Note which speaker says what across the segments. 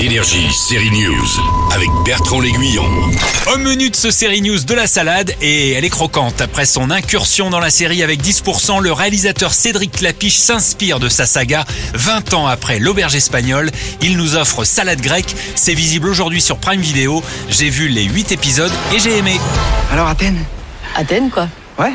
Speaker 1: Énergie, série news, avec Bertrand L'Aiguillon.
Speaker 2: Au menu de ce série news de la salade, et elle est croquante. Après son incursion dans la série avec 10%, le réalisateur Cédric Clapiche s'inspire de sa saga. 20 ans après L'Auberge Espagnole, il nous offre Salade grecque. C'est visible aujourd'hui sur Prime Video. J'ai vu les 8 épisodes et j'ai aimé.
Speaker 3: Alors Athènes
Speaker 4: Athènes, quoi.
Speaker 3: Ouais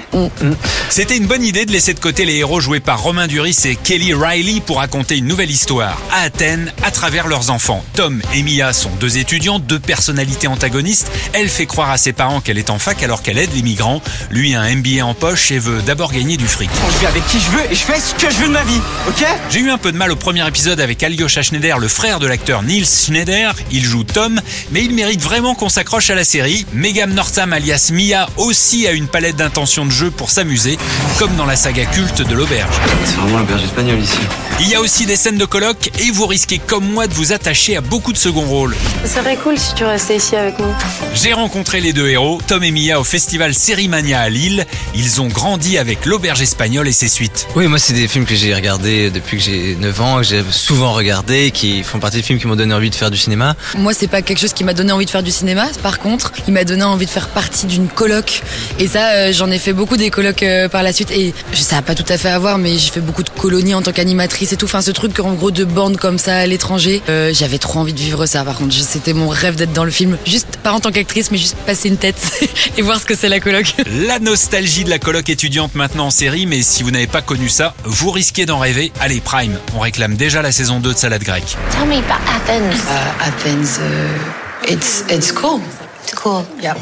Speaker 2: C'était une bonne idée de laisser de côté les héros joués par Romain Duris et Kelly Riley pour raconter une nouvelle histoire à Athènes à travers leurs enfants. Tom et Mia sont deux étudiants, deux personnalités antagonistes. Elle fait croire à ses parents qu'elle est en fac alors qu'elle aide les migrants. Lui a un MBA en poche et veut d'abord gagner du fric.
Speaker 3: Je vis avec qui je veux et je fais ce que je veux de ma vie, ok
Speaker 2: J'ai eu un peu de mal au premier épisode avec Alyosha Schneider, le frère de l'acteur Nils Schneider. Il joue Tom, mais il mérite vraiment qu'on s'accroche à la série. Megam Northam alias Mia aussi a une palette d'intentions de jeu pour s'amuser, comme dans la saga culte de l'auberge.
Speaker 5: C'est vraiment la berge espagnole ici.
Speaker 2: Il y a aussi des scènes de colloque et vous risquez comme moi de vous attacher à beaucoup de second rôles.
Speaker 4: Ça serait cool si tu restais ici avec nous.
Speaker 2: J'ai rencontré les deux héros, Tom et Mia, au festival Sérimania à Lille. Ils ont grandi avec l'auberge espagnole et ses suites.
Speaker 6: Oui, moi, c'est des films que j'ai regardés depuis que j'ai 9 ans, que j'ai souvent regardé, qui font partie des films qui m'ont donné envie de faire du cinéma.
Speaker 7: Moi, c'est pas quelque chose qui m'a donné envie de faire du cinéma. Par contre, il m'a donné envie de faire partie d'une coloc. Et ça, euh, j'en ai fait beaucoup des colocs euh, par la suite. Et je- ça a pas tout à fait à voir, mais j'ai fait beaucoup de colonies en tant qu'animatrice et tout. Enfin, ce truc en gros de bande comme ça à l'étranger. Euh, J'avais trop envie de vivre ça. Par contre, Je- c'était mon rêve d'être dans le film. Juste pas en tant qu'actrice, mais juste passer une tête et voir ce que c'est la coloc.
Speaker 2: La nostalgie de la coloc étudiante maintenant en série, mais si vous n'avez pas connu ça, vous risquez d'en rêver. Allez, Prime, on réclame déjà la saison 2 de Salade grecque.
Speaker 8: Tell me about Athens.
Speaker 9: Athens, uh, it's it's cool.
Speaker 8: It's cool.
Speaker 9: Yep.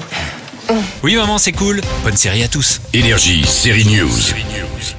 Speaker 2: Oui, maman, c'est cool. Bonne série à tous.
Speaker 1: Énergie, série news.